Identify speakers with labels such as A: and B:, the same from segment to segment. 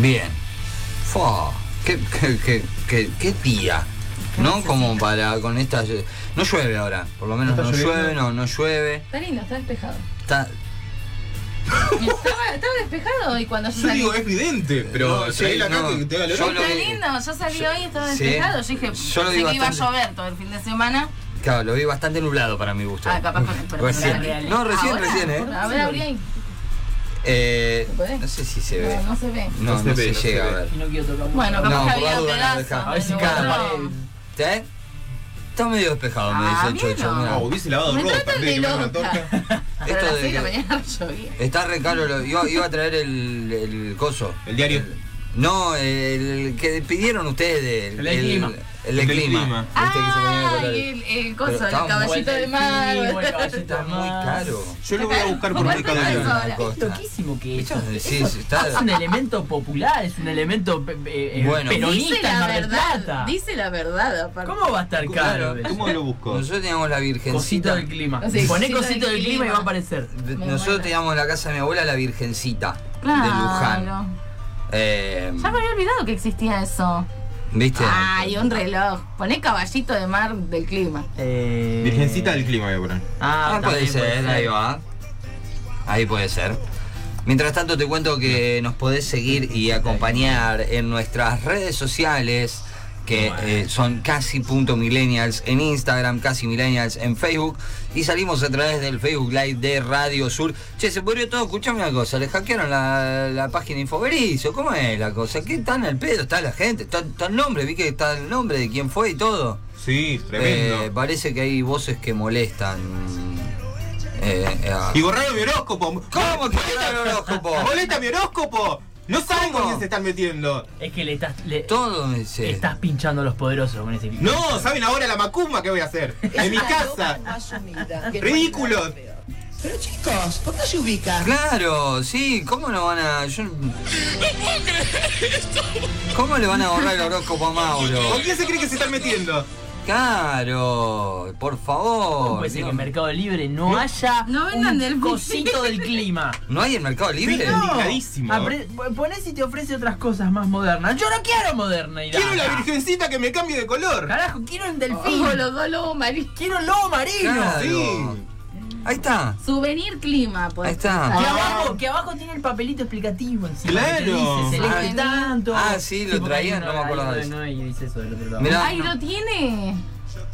A: Bien. Fua, qué, qué- qué- qué- qué día. ¿No? Como para con estas. No llueve ahora. Por lo menos
B: ¿No
A: no
B: está
A: llueve,
B: lloviendo?
A: no, no llueve.
C: Está lindo, está despejado.
A: Está.
C: Estaba, estaba despejado y cuando yo
B: Yo
C: salí.
B: digo, es vidente, pero
A: No,
B: trae la
A: sí,
B: caja
A: no.
B: que te haga el
A: Yo
B: olor.
A: lo-
C: Está lindo, yo salí
A: Yo-
C: hoy y estaba
A: sí.
C: despejado. Yo dije,
A: Yo lo
C: pensé
A: vi
C: que iba a
A: bastante.
C: llover todo el fin de semana.
A: Claro, lo vi bastante nublado para mi gusto.
C: Ah, capaz con el pero
A: Recién.
C: dale, dale.
A: No, recién,
C: Ahora,
A: recién, ¿eh?
C: A ver, abrí ahí.
A: Eh,
C: ¿Se puede?
A: no sé si se ve.
C: Ah, No, no se ve.
A: No, no,
B: No se ve,
A: se
B: no se
A: llega
B: ve.
A: a ver.
D: Y no quiero tocar mucho.
C: Bueno, capaz
A: No,
C: que
A: por
C: había
A: la
C: un
A: duda, no,
C: pedazo.
A: deja.
D: a ver si
C: pero
D: cada
C: bueno.
D: pared.
A: ¿Eh? Está medio despejado,
C: Ah,
A: me dice el
C: bien,
A: chocho.
C: no.
A: mirá.
B: No, hubiese lavado
C: Me
B: ropa,
C: tratan
B: antes de
C: de
B: que me hagan la
C: loca.
B: torta.
C: Pero a
A: Esto
C: las
A: de
C: seis de la
A: que-
C: mañana llovía.
A: Está re caro, lo- iba, iba a traer el, el coso.
B: El diario.
A: No, el que pidieron ustedes.
D: El del clima.
A: El, del
B: El del
A: clima.
B: clima.
A: Viste que se ponía de
C: Ah,
A: colores.
C: el, el
A: Pero
C: coso, el
A: estaba muy
C: caballito
D: Vuelta
C: de
D: al clima, el
C: mar.
D: caballito
A: Está
D: de
A: muy
D: mar.
A: caro.
B: Yo lo voy a buscar por
C: ¿Cómo
B: Mercado
C: estás?
B: Libre.
C: Ahora.
A: Costa.
D: Es toquísimo que es.
A: Eso sí, sí, está-
D: Es un elemento popular, es un elemento pe- pe- eh,
A: Bueno.
C: Dice
D: peronista en
C: la
D: Mar del
C: verdad.
D: Plata.
C: Dice la verdad, aparte.
D: ¿Cómo va a estar caro?
A: Claro.
D: eso?
B: ¿Cómo lo busco?
A: Nosotros teníamos la
D: Cosito
A: virgencita.
D: del clima.
C: No sé,
D: Poné
C: cosito
D: cosito
C: del
D: del clima y va
C: clima.
D: a aparecer.
A: De-
C: Me
A: Nosotros
C: muero.
A: teníamos en la casa de mi abuela la virgencita de Luján.
C: Claro.
A: Eh,
C: Ya me había olvidado que existía eso.
A: ¿Viste?
C: Ay, un reloj. Poné caballito de mar del clima.
D: Eh,
B: Virgencita del clima, voy a poner.
D: Ah,
A: Ah, puede
D: también
A: ser, ahí va. Ahí puede ser. Mientras tanto te cuento que nos podés seguir y acompañar en nuestras redes sociales que eh, son casi.millennials en Instagram, casi millennials en Facebook y salimos a través del Facebook Live de Radio Sur. Che, se podría todo, escuchame una cosa, le hackearon la, la página Infoberizo, ¿cómo es la cosa? ¿Qué tan al pedo está la gente? ¿Está, está el nombre? Vi que está el nombre de quién fue y todo. Eh,
B: Sí, tremendo.
A: parece que hay voces que molestan. Eh, eh, a-
B: Y borraron mi horóscopo.
A: ¿Cómo que borraron el horóscopo?
B: ¡Boleta mi horóscopo! No saben con quién se están metiendo.
D: Es que le estás, le,
A: Todo me dice.
D: estás pinchando a los poderosos con ese clima.
B: No, saben ahora la macumba que voy a hacer. En mi casa. Ridículos.
E: Pero chicos, ¿por qué se ubica?
A: Claro, sí, ¿cómo no van a.? yo- ¿Cómo le van a borrar el horóscopo a Mauro?
B: ¿Con quién se cree que se están metiendo?
A: Claro, por
D: ¿Cómo
A: favor.
D: puede ser que
A: Dios.
D: en Mercado Libre no, haya
C: No vendan
D: un
C: del-
D: cosito del clima?
A: ¿No hay en Mercado Libre?
B: No. Indicadísimo.
D: Apre- Ponés y te ofrece otras cosas más modernas. Yo no quiero modernidad.
B: Quiero la virgencita que me cambie de color.
D: Carajo, quiero un delfín.
C: Fijo, los dos lobos marinos.
D: Quiero un lobo marino.
A: Claro.
B: Sí.
A: Ahí está.
C: Souvenir clima, pues.
A: Ahí está.
D: Que abajo, que abajo tiene el papelito explicativo encima.
B: Claro.
D: que te dice, se
A: Ah,
D: elige tanto.
A: ah, sí, lo traían, no me acuerdo de eso.
D: No, y dice eso del otro lado.
A: Mirá.
C: Ay, lo tiene.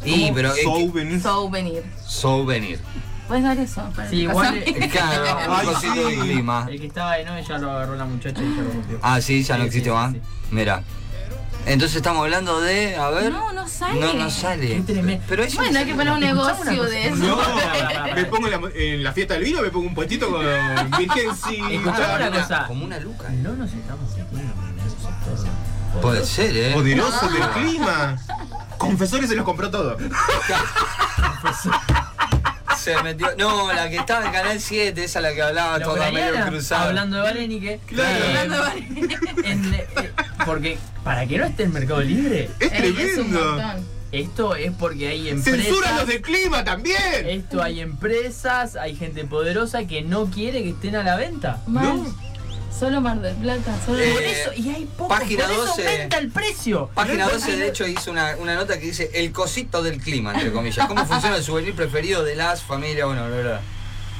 A: Y,
B: Como
A: pero. eh,
B: Souvenir.
C: Souvenir.
A: Souvenir. Eh,
C: Puedes dar eso. para
D: Sí,
C: tu
D: igual-
C: casamiento?
A: Claro,
B: Ay,
A: un cosito de
B: sí.
A: clima.
D: El que estaba de novia ya lo agarró la muchacha y ya lo rompió.
A: Ah, sí, ya no
D: Sí,
A: existe
D: sí,
A: más.
D: sí.
A: Mira. Entonces estamos hablando de. A ver.
C: No, no sale.
A: No, no sale.
D: Qué tremendo.
A: Pero eso.
C: Bueno, hay que poner un
D: Escuchame una
C: negocio
D: cosa.
C: de eso.
B: No, me pongo en la, en la fiesta del vino, me pongo un puestito con
D: Escuchame una
B: virgencita.
D: cosa.
A: Como una luca. eh.
D: No nos estamos metiendo en el sector.
A: Puede ser, ¿eh?
B: Poderoso del
D: Ah.
B: clima. Confesores se los compró todo.
A: Se metió. No, la que estaba en Canal 7, esa la que hablaba
D: La
A: toda Ah, medio
D: ucraniana,
A: cruzada.
D: hablando de Valenique.
B: Claro.
C: Hablando
D: eh,
C: de-
D: en- eh, porque para que no esté en Mercado Libre,
B: Es
C: Ey, es un
B: tremendo.
C: montón.
D: esto es porque hay empresas.
B: Censura los del clima también.
D: Esto hay empresas, hay gente poderosa que no quiere que estén a la venta.
C: Mal. Solo Mar del Plata, solo.
A: Eh,
D: Por eso, y hay poco,
A: página
D: por eso
A: 12.
D: aumenta el precio.
A: Página
D: No es
A: 12, de hecho, hizo una, una nota que dice el cosito del clima, entre comillas. ¿Cómo funciona el souvenir preferido de las familias? Bueno, bla, bla.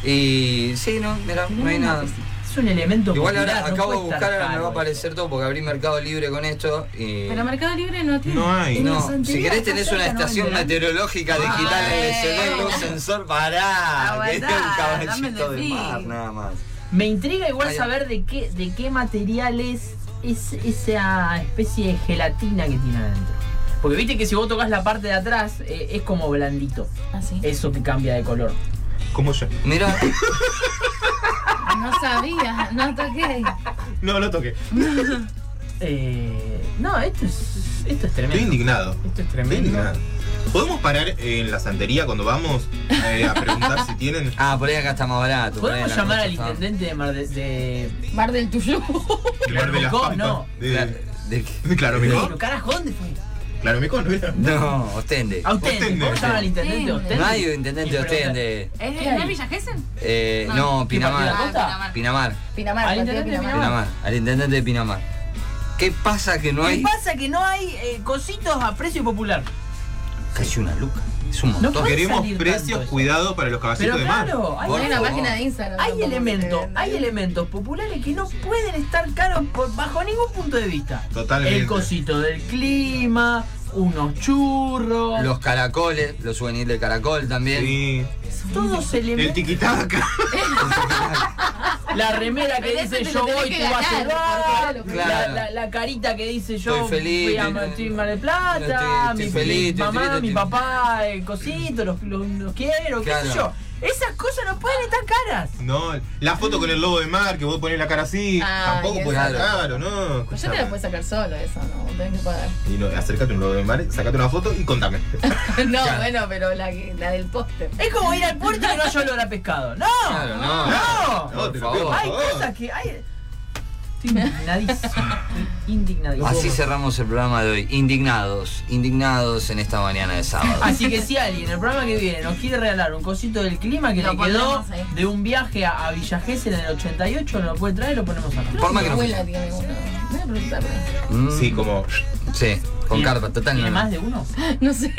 A: Y sí, no, mira, no hay nada.
D: Mm, Es un elemento
A: Igual
D: popular,
A: ahora
D: no
A: acabo de
D: puede estar
A: buscar, ahora me va
D: caro
A: a
D: esto.
A: aparecer todo porque abrí Mercado Libre con esto. Y...
C: Pero Mercado Libre no tiene.
B: No hay.
C: En
A: No,
C: Santería
A: si querés
C: está
A: tenés una
C: cerca, ¿no?
A: estación
C: En verano.
A: meteorológica digital en el celular con un sensor, pará, que es
C: Aguantá,
A: un
C: dame el
A: caballito de
C: delfín.
A: mar, nada más.
D: Me intriga igual
A: Ahí va.
D: saber de qué, de qué material es, es esa especie de gelatina que tiene adentro. Porque viste que si vos tocas la parte de atrás, eh, es como blandito.
C: Ah, sí.
A: Eh.
D: Eso que cambia de color.
B: Como yo.
A: Mirá,
C: No sabía, no toqué.
B: No, no toqué.
D: Eh, no, esto es, esto es
B: Estoy
D: tremendo.
B: indignado.
D: Esto es
B: Estoy
D: tremendo.
B: indignado. ¿Podemos parar en la santería cuando vamos eh, a preguntar si tienen?
A: ah, por ahí acá está más barato. por ahí
D: ¿Podemos
A: la
D: llamar
A: cosa
D: al
A: está-
D: intendente de Mar de, de-
C: Mar del Tuyú.
B: Claro, de las
D: Claro,
B: Pampas.
D: no.
B: De-
A: ¿De qué?
B: de Claro,
D: Pero
B: Mecón.
D: carajo, ¿dónde fue?
B: Claro, Mecón, ¿no era?
A: No, ostende.
D: A Ostende.
B: Ostende.
D: ¿Podemos llamar al intendente de Ah, Ostende?
A: No hay un intendente
D: Y
A: de
D: preguntar-
A: ostende.
C: ¿Es
D: ¿Qué hay?
C: de Villa Gesell?
A: Eh, no,
D: ¿Qué partido?
A: Pinamar.
D: Ah,
A: Pinamar.
C: Pinamar,
D: Al
C: partido de
D: intendente de
C: Pinamar.
A: Pinamar. Al intendente de Pinamar. ¿Qué pasa que no
D: ¿Qué
A: hay
D: pasa? Que no hay eh, cositos a precio popular.
A: casi una luca? Es un
D: No
A: montón.
D: puede
B: Queremos
D: salir tanto
B: precios,
D: eso.
B: cuidado para los
D: Pero
B: caballitos de mar.
D: claro, hay,
A: Por
C: Hay una
A: favor.
C: página de Instagram.
D: hay
C: tampoco Pues
D: elementos,
C: que-
D: hay elementos populares que no pueden estar caros por- bajo ningún punto de vista.
B: Totalmente.
D: El cosito del clima, unos churros,
A: Los caracoles, los souvenirs del caracol también.
B: Sí.
D: todos
B: El
D: elementos.
B: tiquitaca.
D: La remera que
C: Pero eso
D: dice
C: te
D: yo
C: lo tenés
D: voy,
C: que
D: tú vas a
C: ganar,
D: llevar.
C: porque
A: claro.
D: La, la- la carita que dice yo
A: Estoy feliz,
D: fui a
A: estoy-
D: estoy en Mar del Plata,
A: estoy- estoy
D: mi,
A: feliz,
D: mi
A: estoy
D: mamá,
A: feliz,
D: mi
A: estoy-
D: papá, el cosito, los, los- los quiero, qué
A: Claro.
D: sé yo. Esas cosas no pueden estar caras.
B: No, la foto con el lobo de mar, que vos ponés la cara así.
C: Ah,
B: Tampoco
C: y
B: puede
A: eso.
B: ser caro, ¿no?
C: Pero yo te la
B: escuchame.
C: puedo sacar solo, eso, no, tenés que pagar.
B: Y no, acércate a un lobo de mar, sacate una foto y contame.
C: No,
A: Claro.
C: bueno, pero la, que- la del póster.
D: Es como ir al puerto y no hay olor a pescado. ¡No!
A: Claro, no.
B: No,
D: ¡No!
B: te lo
A: Por
B: pido, por
A: favor.
D: Hay cosas que hay. Estoy indignadísimo. Estoy indignadísimo.
A: Así cerramos el programa de hoy. Indignados, indignados en esta mañana de sábado.
D: Así que si alguien el programa que viene nos quiere regalar un cosito del clima que
C: Lo
D: le quedó
C: ponemos ahí.
D: de un viaje a, a Villa Gesell en el 88, nos lo puede traer y lo ponemos acá.
A: Por más que
C: Mi
A: no
C: abuela tiene uno. Voy a preguntarle.
A: Mm,
B: Sí, como.
A: Sí, con
D: ¿Tiene-
A: carpa, total.
D: ¿Tiene
A: no, no.
D: más de uno?
C: No sé.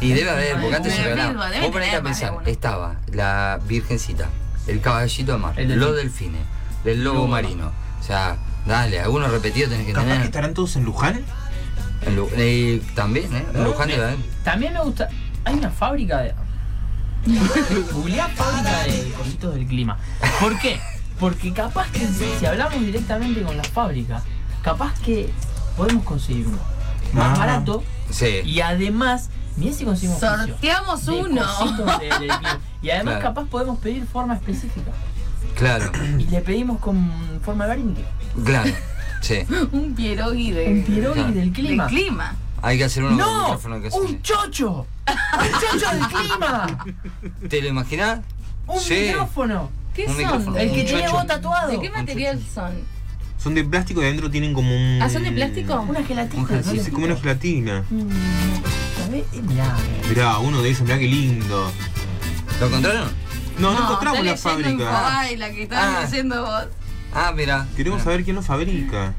A: Y debe haber, porque antes se
C: Debe
A: regalaba.
C: haber, debe
A: Vos ponete
C: tener
A: a
C: más de
A: pensar,
C: uno.
A: estaba la virgencita, el caballito de mar,
D: El delfín.
A: los delfines, el lobo
D: Lobo.
A: marino. O sea, dale, algunos repetidos tenés que
B: Capaz que
A: tener.
B: estarán todos en Luján.
A: En Lu- eh, también, ¿eh? En Luján debe haber.
D: También me gusta. Hay una fábrica de. Googleá fábrica de cositos del clima. ¿Por qué? Porque capaz que si hablamos directamente con las fábricas, capaz que podemos conseguir uno. Más
B: Ah.
D: barato
A: Sí.
D: y además, mirá si conseguimos precio.
C: Sorteamos
D: De
C: uno.
D: cositos del- del clima. Y además
A: Claro.
D: capaz podemos pedir forma específica.
A: Claro,
D: Y le pedimos con forma barinque.
A: claro. Sí.
C: Un pierogi de.
A: Eh,
D: Un pirogui del
C: del
D: clima.
C: clima.
A: Hay que hacer uno con ah. un
D: ¡No!
A: micrófono que suene.
D: ¡Un chocho! ¡Un chocho del clima!
A: ¿Te lo imaginás?
D: ¡Un
A: Sí.
D: micrófono!
C: ¿Qué
A: Un
C: son?
A: micrófono.
D: El que
A: Un
D: tiene
A: chocho.
D: vos tatuado.
C: ¿De qué material son?
B: Son de plástico y adentro tienen como un.
C: ¿Ah, son de plástico?
D: Una gelatina.
A: Un
B: Sí, sí, como una gelatina.
D: Mm, Eh, Mirá.
B: Mirá, uno de esos, mirá qué lindo.
A: ¿Lo encontraron?
B: No, no, encontramos
C: está
B: la
C: leyendo en
B: fábrica.
C: Hawái, la que estabas
A: Ah.
C: leyendo vos.
A: Ah, mira.
B: Queremos saber quién lo fabrica.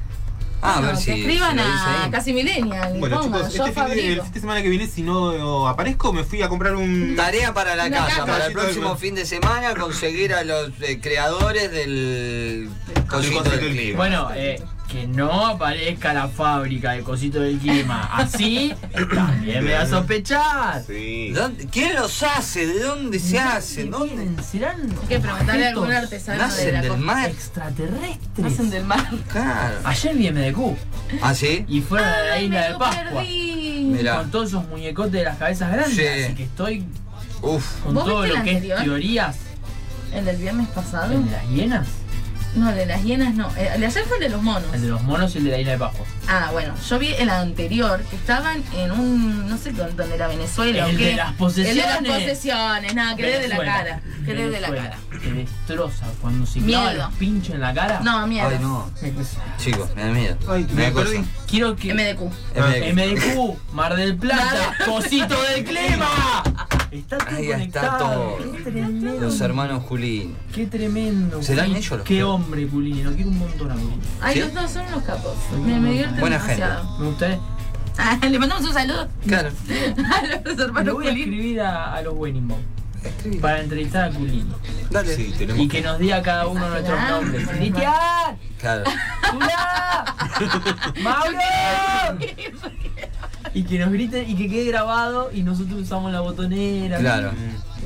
A: Ah, a ver
C: No,
A: si.
C: que escriban
A: si lo dice
C: a
A: ahí.
C: Casi Millennial.
B: Bueno,
C: pongan,
B: chicos, este fin
C: yo
B: de, el
C: fabrico.
B: fin de semana que viene, si no aparezco, me fui a comprar un.
A: Tarea para la
C: Una
A: casa,
C: casa.
A: para el
B: Caballito
A: próximo
B: del-
A: fin de semana conseguir a los eh, creadores del cosito
B: cosito
A: del
B: del
A: clima.
D: Bueno, eh, que no aparezca la fábrica de cosito del clima. Así también me va a sospechar.
B: Sí.
A: ¿Dónde- ¿Quién los hace? ¿De dónde se hace? ¿Dónde?
D: ¿Serán
C: Hay que preguntarle a algún
D: objetos
C: artesano de
A: ¿Nacen
C: la
A: del
C: costa.
A: mar?
D: extraterrestres?
C: Nacen del mar.
A: Claro.
D: Ayer vi MDQ
A: ¿Ah, sí?
D: y fueron a la
C: Ay,
D: isla
C: me
D: de
C: lo
D: Pascua.
C: perdí.
A: Mirá.
D: Con todos esos muñecotes de las cabezas grandes.
A: Sí.
D: Así que estoy
A: Uf.
D: con
C: ¿Vos
D: todo
C: viste
D: lo
C: el
D: que
C: anterior?
D: es teorías
C: ¿El del viernes pasado?
D: de las hienas.
C: No, el de las hienas no. Eh, El de ayer fue el de los monos.
D: El de los monos y el de la isla de Pascua.
C: Ah, bueno, yo vi el anterior, que estaban en un, no sé con- dónde era Venezuela
D: El
C: o qué.
D: de las posesiones.
C: El de las posesiones, nada, que de la
D: Venezuela.
C: cara. Que de la
D: Venezuela.
C: cara.
D: Te destroza cuando se clava
C: Miedo.
D: los pinchos en la cara.
C: No, miedo.
A: Ay, no.
D: Me-
A: Chicos, me da miedo.
B: Ay,
A: me da
B: me
A: cosa.
B: perdí. Ah.
D: Quiero que.
C: MDQ.
A: Es medio-
D: MDQ, Mar del Plata, cosito del clima. Está todo
A: Ahí está
D: conectado.
A: todo.
D: Qué tremendo.
A: Los hermanos Julín.
D: Qué tremendo.
A: ¿Serán
D: Culini.
A: ellos los
D: Qué
A: que-
D: hombre, Culini. Lo quiero un montón a Culini.
C: Ay,
A: ¿Sí?
C: los dos son unos capos. Me, me divierten
A: Buena
C: demasiado.
D: Me eh. gustaría.
C: Ah, le mandamos un saludo
A: Claro.
C: a los
D: Le
C: hermanos
D: voy a
C: Juli.
D: escribir a, a los Winning Bones para entrevistar a Culini.
A: Dale.
B: Sí,
D: Y
B: tenemos.
D: que nos diga cada uno nuestros
C: Ah,
D: nombres.
C: bueno.
D: ¡Cristian!
A: Claro.
D: ¡Tula! ¡Mauro! Y que nos griten y que quede grabado y nosotros usamos la botonera.
A: Claro.
B: Mm.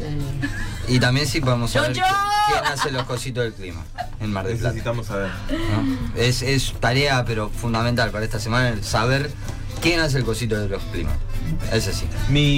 D: Eh,
A: Y también sí podemos saber
D: ¡Chocho!
A: qui- quién hace los cositos del clima en Mar del Plata.
B: Necesitamos saber.
A: ¿no? Es, es tarea, pero fundamental para esta semana, el saber quién hace el cosito de los climas. Es así.
B: Mi